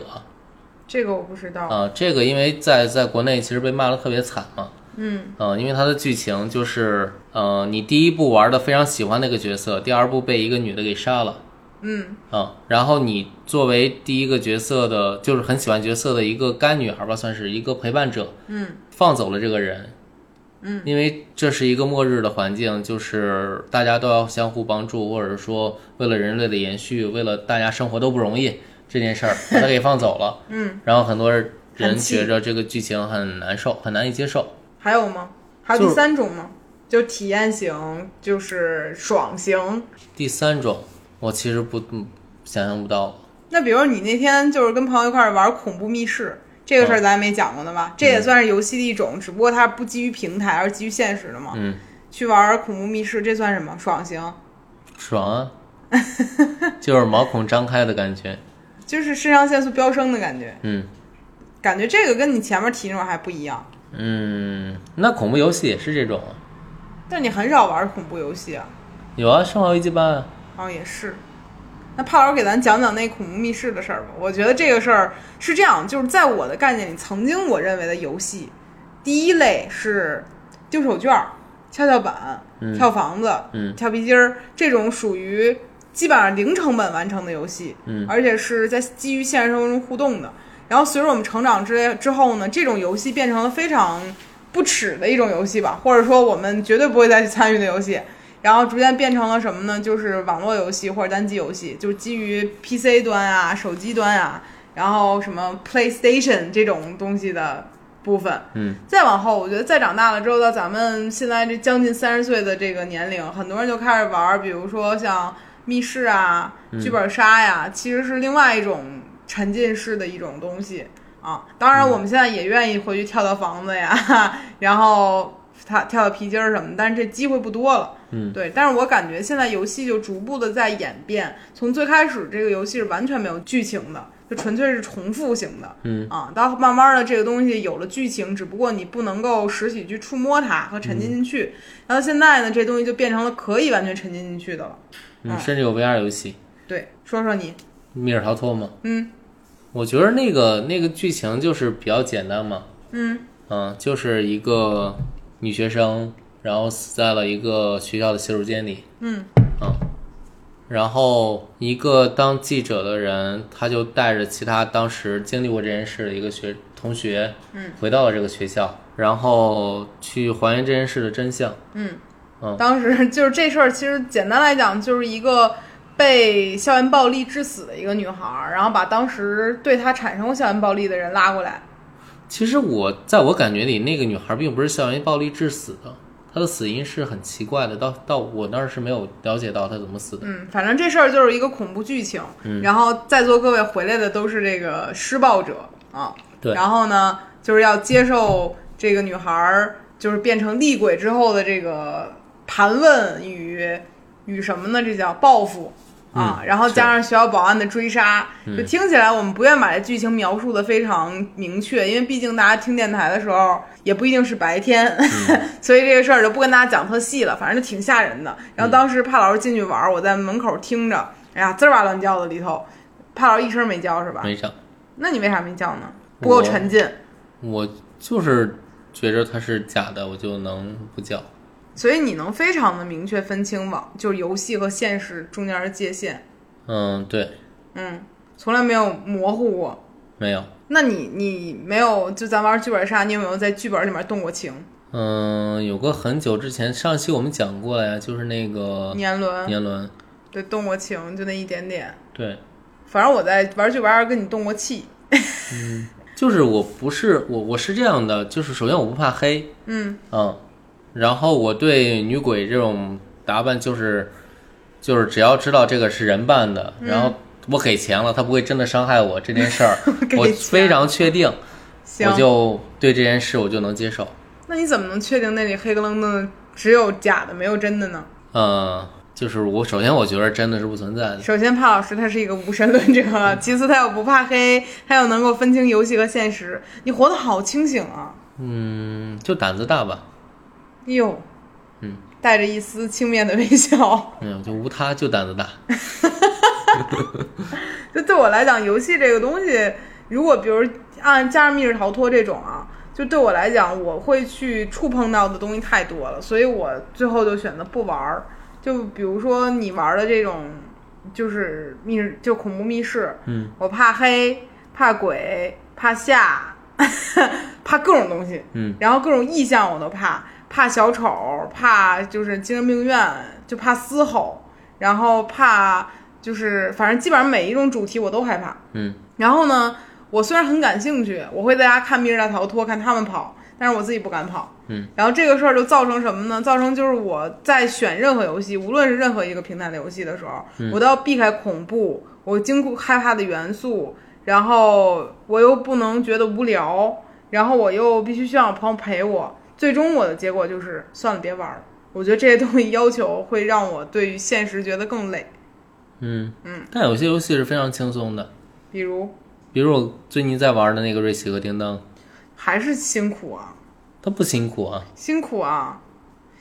Speaker 1: 这个我不知道。
Speaker 2: 啊，这个因为在在国内其实被骂的特别惨嘛，
Speaker 1: 嗯
Speaker 2: 嗯，因为它的剧情就是，呃，你第一部玩的非常喜欢那个角色，第二部被一个女的给杀了，
Speaker 1: 嗯
Speaker 2: 嗯，然后你作为第一个角色的，就是很喜欢角色的一个干女孩吧，算是一个陪伴者，
Speaker 1: 嗯
Speaker 2: 放走了这个人，嗯，因为这是一个末日的环境，就是大家都要相互帮助，或者说为了人类的延续，为了大家生活都不容易这件事儿，把他给放走了，
Speaker 1: 嗯，
Speaker 2: 然后很多人
Speaker 1: 很气
Speaker 2: 觉着这个剧情很难受，很难以接受。
Speaker 1: 还有吗？还有第
Speaker 2: 就是
Speaker 1: 三种吗？就体验型，就是爽型。
Speaker 2: 第三种，我其实不嗯想象不到，
Speaker 1: 那比如你那天就是跟朋友一块儿玩恐怖密室，这个
Speaker 2: 嗯
Speaker 1: 事儿咱也没讲过呢吧？这也算是游戏的一种，只不过它不基于平台，而是基于现实的嘛。
Speaker 2: 嗯，
Speaker 1: 去玩恐怖密室，这算什么？爽型，
Speaker 2: 爽啊，就是毛孔张开的感觉，
Speaker 1: 就是肾上腺素飙升的感觉。
Speaker 2: 嗯
Speaker 1: 感觉这个跟你前面提那种还不一样，
Speaker 2: 嗯，那恐怖游戏也是这种啊，
Speaker 1: 但你很少玩恐怖游戏啊。
Speaker 2: 有啊，《生化危机八》啊，
Speaker 1: 哦，也是。那帕老师给咱讲讲那恐怖密室的事儿吧。我觉得这个事儿是这样，就是在我的概念里，曾经我认为的游戏，第一类是丢手绢儿、跷跷板、跳房子、
Speaker 2: 嗯
Speaker 1: 跳皮筋儿这种属于基本上零成本完成的游戏，
Speaker 2: 嗯
Speaker 1: 而且是在基于现实生活中互动的。然后随着我们成长之之后呢，这种游戏变成了非常不耻的一种游戏吧，或者说我们绝对不会再去参与的游戏。然后逐渐变成了什么呢？就是网络游戏或者单机游戏，就是基于 PC 端啊、手机端啊，然后什么 PlayStation 这种东西的部分。
Speaker 2: 嗯，
Speaker 1: 再往后，我觉得再长大了之后，到咱们现在这将近三十岁的这个年龄，很多人就开始玩儿，比如说像密室啊、剧本杀呀、其实是另外一种沉浸式的一种东西啊。当
Speaker 2: 嗯
Speaker 1: 然，我们现在也愿意回去跳跳房子呀， 然后他跳跳皮筋儿什么，但是这机会不多了。
Speaker 2: 嗯
Speaker 1: 对，但是我感觉现在游戏就逐步的在演变，从最开始这个游戏是完全没有剧情的，就纯粹是重复型的，
Speaker 2: 嗯
Speaker 1: 啊，到慢慢的这个东西有了剧情，只不过你不能够实体去触摸它和沉
Speaker 2: 嗯
Speaker 1: 浸进去，然后现在呢，这东西就变成了可以完全沉浸进去的了。
Speaker 2: 嗯，甚至有 VR 游戏
Speaker 1: 对，说说你，
Speaker 2: 《密室逃脱》嘛，
Speaker 1: 嗯
Speaker 2: 我觉得那个那个剧情就是比较简单嘛，
Speaker 1: 嗯
Speaker 2: 嗯，就是一个女学生，然后死在了一个学校的洗手间里，
Speaker 1: 嗯
Speaker 2: 嗯，然后一个当记者的人，他就带着其他当时经历过这件事的一个学同学，
Speaker 1: 嗯，
Speaker 2: 回到了这个学校，然后去还原这件事的真相。
Speaker 1: 嗯，
Speaker 2: 嗯
Speaker 1: 当时就是这事儿，其实简单来讲就是一个。被校园暴力致死的一个女孩儿，然后把当时对她产生过校园暴力的人拉过来，
Speaker 2: 其实我在我感觉里，那个女孩并不是校园暴力致死的，她的死因是很奇怪的，到到我那儿是没有了解到她怎么死的。
Speaker 1: 嗯，反正这事儿就是一个恐怖剧情，然后在座各位回来的都是这个施暴者啊，
Speaker 2: 对
Speaker 1: 然后呢，就是要接受这个女孩儿就是变成厉鬼之后的这个盘问与与什么呢？这叫报复啊，然后加上学校保安的追杀，
Speaker 2: 嗯
Speaker 1: 就听起来我们不愿把这剧情描述的非常明确，因为毕竟大家听电台的时候也不一定是白天， 所以这个事儿就不跟大家讲特细了，反正就挺吓人的。然后当时帕老师进去玩儿，我在门口听着，哎呀，滋儿哇乱叫的里头，帕老师一声没叫是吧？
Speaker 2: 没讲。
Speaker 1: 那你为啥没叫呢？不够
Speaker 2: 我
Speaker 1: 沉浸，
Speaker 2: 我就是觉着它是假的，我就能不叫。
Speaker 1: 所以你能非常的明确分清网就是游戏和现实中间的界限，
Speaker 2: 嗯，对，
Speaker 1: 嗯，从来没有模糊过。
Speaker 2: 没有。
Speaker 1: 那你你没有就咱玩剧本杀，你有没有在剧本里面动过情？
Speaker 2: 嗯，有个很久之前，上期我们讲过了呀，就是那个
Speaker 1: 年轮
Speaker 2: 年轮，
Speaker 1: 对，动过情就那一点点。
Speaker 2: 对，
Speaker 1: 反正我在玩剧本杀跟你动过气，
Speaker 2: 就是我不是我我是这样的，就是首先我不怕黑，
Speaker 1: 嗯
Speaker 2: 嗯，然后我对女鬼这种打扮就是就是只要知道这个是人扮的，
Speaker 1: 嗯
Speaker 2: 然后我给钱了，他不会真的伤害我这件 事儿
Speaker 1: 给，
Speaker 2: 我
Speaker 1: 钱
Speaker 2: 非常确定，
Speaker 1: 行
Speaker 2: 我。就对这件事我就能接受，
Speaker 1: 那你怎么能确定那里黑不愣登的只有假的没有真的呢？
Speaker 2: 嗯，就是我首先我觉得真的是不存在的，
Speaker 1: 首先，帕老师他是一个无神论者，其次他又不怕黑，他又能够分清游戏和现实。你活得好清醒啊！
Speaker 2: 嗯，就胆子大吧，
Speaker 1: 哟，
Speaker 2: 嗯，
Speaker 1: 带着一丝轻蔑的微笑。
Speaker 2: 没嗯有就无他就胆子大，
Speaker 1: 就对我来讲，游戏这个东西，如果比如按加上密室逃脱这种啊，就对我来讲，我会去触碰到的东西太多了，所以我最后就选择不玩儿。就比如说你玩的这种，就是密室，就恐怖密室，
Speaker 2: 嗯
Speaker 1: 我怕黑，怕鬼，怕吓， 怕各种东西，
Speaker 2: 嗯
Speaker 1: 然后各种意象我都怕，怕小丑，怕就是精神病院，就怕嘶吼，然后怕就是反正基本上每一种主题我都害怕。
Speaker 2: 嗯
Speaker 1: 然后呢，我虽然很感兴趣，我会在家看《密室大逃脱》，看他们跑，但是我自己不敢跑。
Speaker 2: 嗯，
Speaker 1: 然后这个事儿就造成什么呢？造成就是我在选任何游戏，无论是任何一个平台的游戏的时候，我都要避开恐怖，我经过害怕的元素，然后我又不能觉得无聊，然后我又必须需要有朋友陪我。最终我的结果就是算了，别玩了。我觉得这些东西要求会让我对于现实觉得更累。
Speaker 2: 嗯嗯，但有些游戏是非常轻松的，
Speaker 1: 比如，
Speaker 2: 比如我最近在玩的那个《瑞奇和叮当》，
Speaker 1: 还是辛苦啊，
Speaker 2: 它不辛苦啊，
Speaker 1: 辛苦啊！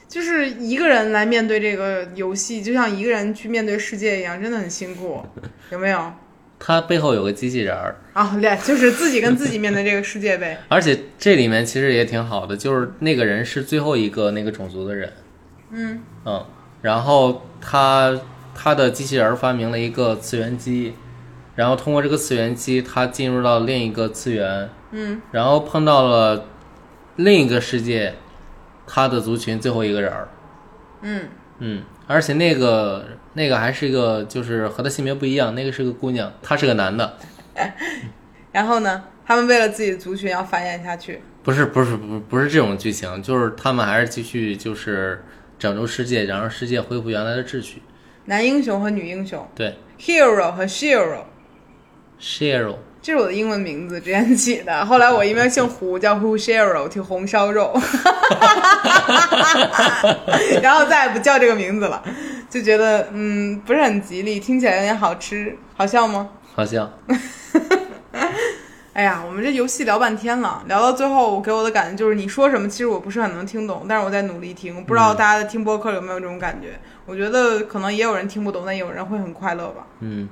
Speaker 1: 就是一个人来面对这个游戏，就像一个人去面对世界一样，真的很辛苦，有没有？
Speaker 2: 它背后有个机器人儿，
Speaker 1: 啊，对，就是自己跟自己面对这个世界呗。
Speaker 2: 而且这里面其实也挺好的，就是那个人是最后一个那个种族的人，
Speaker 1: 嗯
Speaker 2: 嗯，然后他他的机器人儿发明了一个次元机，然后通过这个次元机，他进入到另一个次元，
Speaker 1: 嗯，
Speaker 2: 然后碰到了另一个世界，他的族群最后一个人儿，
Speaker 1: 嗯，
Speaker 2: 嗯，而且那个那个还是一个就是和他性别不一样，那个是个姑娘，他是个男的，
Speaker 1: 然后呢，他们为了自己的族群要繁衍下去，
Speaker 2: 不是不是不是不是这种剧情，就是他们还是继续就是拯救世界，然后世界恢复原来的秩序。
Speaker 1: 男英雄和女英雄
Speaker 2: 对
Speaker 1: ，hero 和 shero，
Speaker 2: ，Shiro，
Speaker 1: 这是我的英文名字之前起的。 后来我因为姓胡，叫胡 shero，挺红烧肉， 然后再也不叫这个名字了，就觉得嗯不是很吉利，听起来有点好吃，好笑吗？
Speaker 2: 好像
Speaker 1: 哎呀，我们这游戏聊半天了，聊到最后，我给我的感觉就是你说什么，其实我不是很能听懂，但是我在努力听。我不知道大家在听播客有没有这种感觉？我觉得可能也有人听不懂，但也有人会很快乐吧。
Speaker 2: 嗯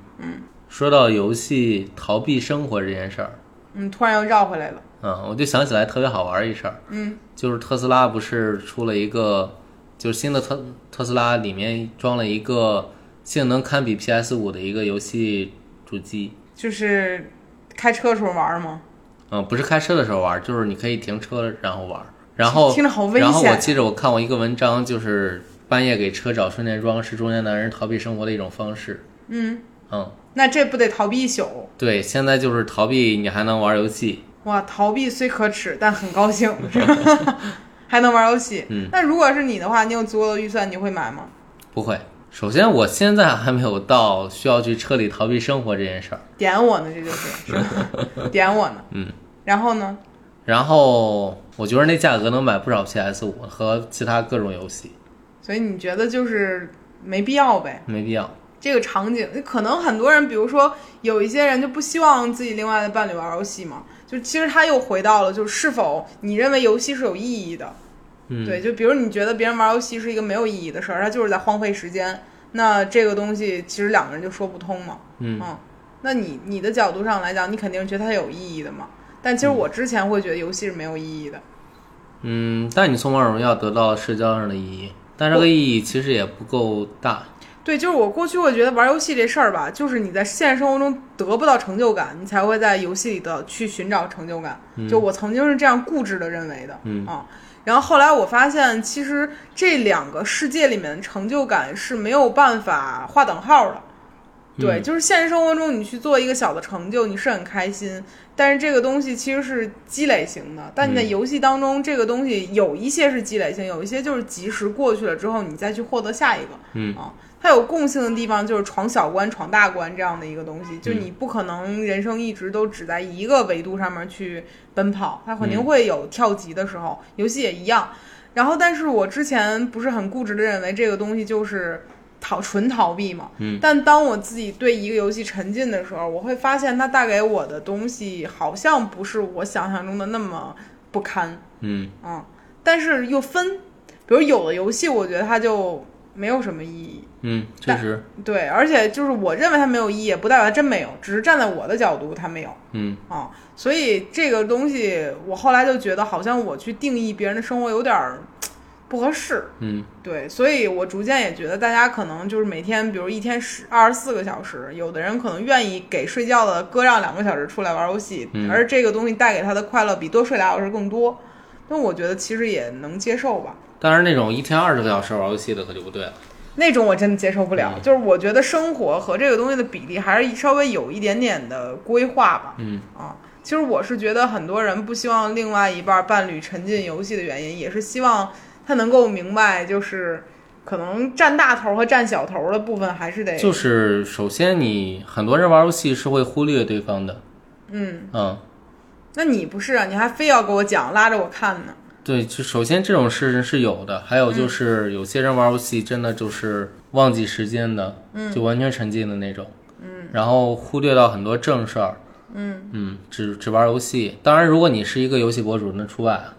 Speaker 2: 说到游戏逃避生活这件事儿，
Speaker 1: 嗯，突然又绕回来了。
Speaker 2: 嗯，我就想起来特别好玩儿一事儿，
Speaker 1: 嗯
Speaker 2: 就是特斯拉不是出了一个，就是新的特特斯拉里面装了一个性能堪比 PS 五的一个游戏主机，
Speaker 1: 就是开车时候玩吗？
Speaker 2: 嗯，不是开车的时候玩儿，就是你可以停车然后玩儿。然后
Speaker 1: 听着好危
Speaker 2: 然后
Speaker 1: 险
Speaker 2: 我
Speaker 1: 啊
Speaker 2: 记着我看过一个文章，就是半夜给车找充电桩是中年男人逃避生活的一种方式。
Speaker 1: 嗯，
Speaker 2: 嗯，
Speaker 1: 那这不得逃避一宿？
Speaker 2: 对，现在就是逃避，你还能玩游戏。
Speaker 1: 哇，逃避虽可耻，但很高 兴，是吧还能玩游戏。
Speaker 2: 嗯
Speaker 1: 那如果是你的话，你有足够的预算，你会买吗？
Speaker 2: 不会，首先我现在还没有到需要去彻底逃避生活这件事儿。
Speaker 1: 点我呢，这就是，是 吧点我呢。
Speaker 2: 嗯，
Speaker 1: 然后呢？
Speaker 2: 然后我觉得那价格能买不少 PS 五和其他各种游戏，
Speaker 1: 所以你觉得就是没必要呗？
Speaker 2: 没必要。
Speaker 1: 这个场景，可能很多人，比如说有一些人就不希望自己另外的伴侣玩游戏嘛，就其实他又回到了，就是是否你认为游戏是有意义的，
Speaker 2: 嗯，
Speaker 1: 对，就比如你觉得别人玩游戏是一个没有意义的事儿，他就是在荒废时间，那这个东西其实两个人就说不通嘛。
Speaker 2: 嗯
Speaker 1: 那你你的角度上来讲，你肯定是觉得它有意义的嘛。但其实我之前会觉得游戏是没有意义的，
Speaker 2: 嗯，但你从王者荣耀得到了社交上的意义，但这个意义其实也不够大。
Speaker 1: 对，就是我过去会觉得玩游戏这事儿吧，就是你在现实生活中得不到成就感，你才会在游戏里的去寻找成就感。就我曾经是这样固执的认为的，
Speaker 2: 嗯
Speaker 1: 啊。然后后来我发现，其实这两个世界里面的成就感是没有办法划等号的。对，
Speaker 2: 嗯
Speaker 1: 就是现实生活中你去做一个小的成就，你是很开心，但是这个东西其实是积累型的。但你在
Speaker 2: 嗯
Speaker 1: 游戏当中，这个东西有一些是积累型，有一些就是及时过去了之后，你再去获得下一个。
Speaker 2: 嗯
Speaker 1: 啊，它有共性的地方就是闯小关、闯大关这样的一个东
Speaker 2: 嗯
Speaker 1: 西，就是你不可能人生一直都只在一个维度上面去奔跑，它
Speaker 2: 嗯
Speaker 1: 肯定会有跳级的时候，游戏也一样。然后，但是我之前不是很固执的认为这个东西就是逃纯逃避嘛，
Speaker 2: 嗯
Speaker 1: 但当我自己对一个游戏沉浸的时候，我会发现它带给我的东西好像不是我想象中的那么不堪，
Speaker 2: 嗯
Speaker 1: 嗯，但是又分，比如有的游戏，我觉得它就没有什么意义。
Speaker 2: 嗯，确实，
Speaker 1: 对，而且就是我认为它没有意义，也不代表它真没有，只是站在我的角度它没有
Speaker 2: 嗯
Speaker 1: 啊。所以这个东西，我后来就觉得好像我去定义别人的生活有点儿嘖不合适。
Speaker 2: 嗯
Speaker 1: 对，所以我逐渐也觉得大家可能就是每天，比如一天十二十四个小时，有的人可能愿意给睡觉的割让两个小时出来玩游戏，
Speaker 2: 嗯
Speaker 1: 而这个东西带给他的快乐比多睡俩小时更多。那我觉得其实也能接受吧。
Speaker 2: 当然那种一天二十个小时玩游戏的可就不对了。
Speaker 1: 那种我真的接受不了。
Speaker 2: 嗯
Speaker 1: 就是我觉得生活和这个东西的比例还是稍微有一点点的规划吧。
Speaker 2: 嗯
Speaker 1: 啊，其实我是觉得很多人不希望另外一半伴侣沉浸游戏的原因，也是希望他能够明白，就是可能占大头和占小头的部分还是得
Speaker 2: 就是首先你很多人玩游戏是会忽略对方的。
Speaker 1: 嗯。
Speaker 2: 嗯，
Speaker 1: 那你不是啊？你还非要给我讲，拉着我看呢。
Speaker 2: 对，就首先这种事情是有的，还有就是有些人玩游戏真的就是忘记时间的，嗯，就完全沉浸的那种，嗯，然后忽略到很多正事儿，嗯只只玩游戏。当然，如果你是一个游戏博主，那除外啊。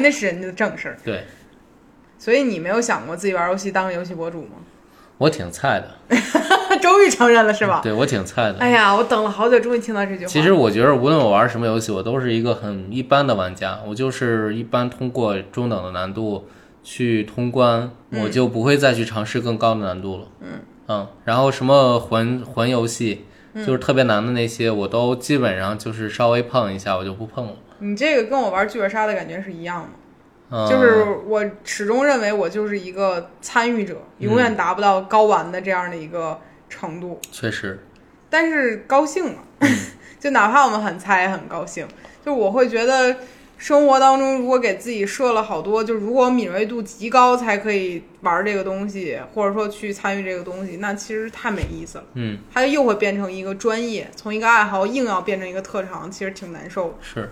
Speaker 1: 那是人家的正事儿。
Speaker 2: 对
Speaker 1: 所以你没有想过自己玩游戏当个游戏博主吗？
Speaker 2: 我挺菜的，
Speaker 1: 终于承认了是吧？
Speaker 2: 对我挺菜的。
Speaker 1: 哎呀，我等了好久，终于听到这句话。
Speaker 2: 其实我觉得，无论我玩什么游戏，我都是一个很一般的玩家，我就是一般通过中等的难度去通关，
Speaker 1: 嗯
Speaker 2: 我就不会再去尝试更高的难度了。嗯然后什么魂魂游戏，
Speaker 1: 嗯
Speaker 2: 就是特别难的那些，我都基本上就是稍微碰一下，我就不碰了。
Speaker 1: 你这个跟我玩剧本杀的感觉是一样的。
Speaker 2: 嗯，
Speaker 1: 就是我始终认为我就是一个参与者，永远达不到高玩的这样的一个程度，
Speaker 2: 确实，
Speaker 1: 但是高兴嘛， 就哪怕我们很菜也很高兴。就我会觉得生活当中如果给自己设了好多，就如果敏锐度极高才可以玩这个东西，或者说去参与这个东西，那其实太没意思了。
Speaker 2: 嗯，
Speaker 1: 它又会变成一个专业，从一个爱好硬要变成一个特长，其实挺难受的。
Speaker 2: 是，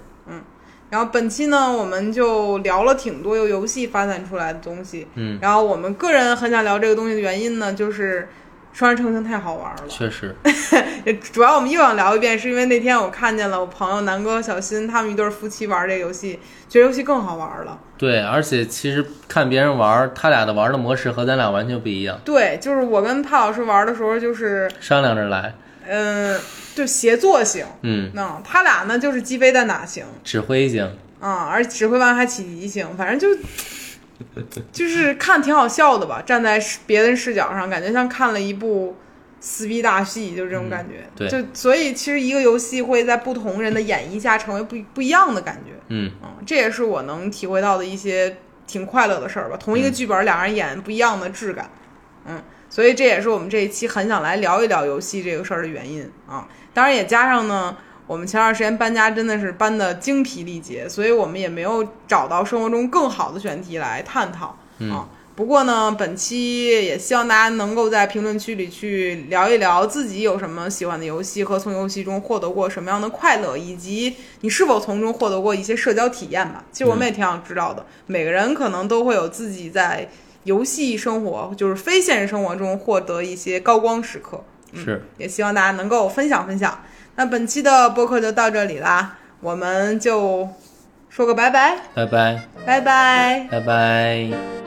Speaker 1: 然后本期呢，我们就聊了挺多由游戏发展出来的东西。
Speaker 2: 嗯，
Speaker 1: 然后我们个人很想聊这个东西的原因呢，就是《双人成行》太好玩了。
Speaker 2: 确实，
Speaker 1: 也主要我们又想聊一遍，是因为那天我看见了我朋友南哥、小新他们一对夫妻玩这个游戏，觉得游戏更好玩了。
Speaker 2: 对，而且其实看别人玩，他俩的玩的模式和咱俩完全不一样，
Speaker 1: 对，就是我跟帕老师玩的时候，就是
Speaker 2: 商量着来，
Speaker 1: 嗯、呃就协作型。
Speaker 2: 嗯，
Speaker 1: 那、他俩呢就是鸡飞蛋打型
Speaker 2: 指挥型，
Speaker 1: 啊、而指挥完还起疑型，反正就就是看挺好笑的吧，站在视别人视角上，感觉像看了一部撕逼大戏，就这种感觉。
Speaker 2: 对
Speaker 1: 就所以其实一个游戏会在不同人的演绎下成为不不一样的感觉。
Speaker 2: 嗯。
Speaker 1: 嗯，这也是我能体会到的一些挺快乐的事儿吧。同一个剧本，两人演不一样的质感。嗯，所以这也是我们这一期很想来聊一聊游戏这个事儿的原因啊。当然也加上呢，我们前段时间搬家真的是搬的精疲力竭，所以我们也没有找到生活中更好的选题来探讨啊。不过呢，本期也希望大家能够在评论区里去聊一聊自己有什么喜欢的游戏和从游戏中获得过什么样的快乐，以及你是否从中获得过一些社交体验吧。其实我们也挺想知道的，每个人可能都会有自己在游戏生活，就是非现实生活中获得一些高光时刻。
Speaker 2: 是，
Speaker 1: 也希望大家能够分享分享。那本期的播客就到这里啦，我们就说个拜拜，
Speaker 2: 拜拜，
Speaker 1: 拜拜。
Speaker 2: 拜拜。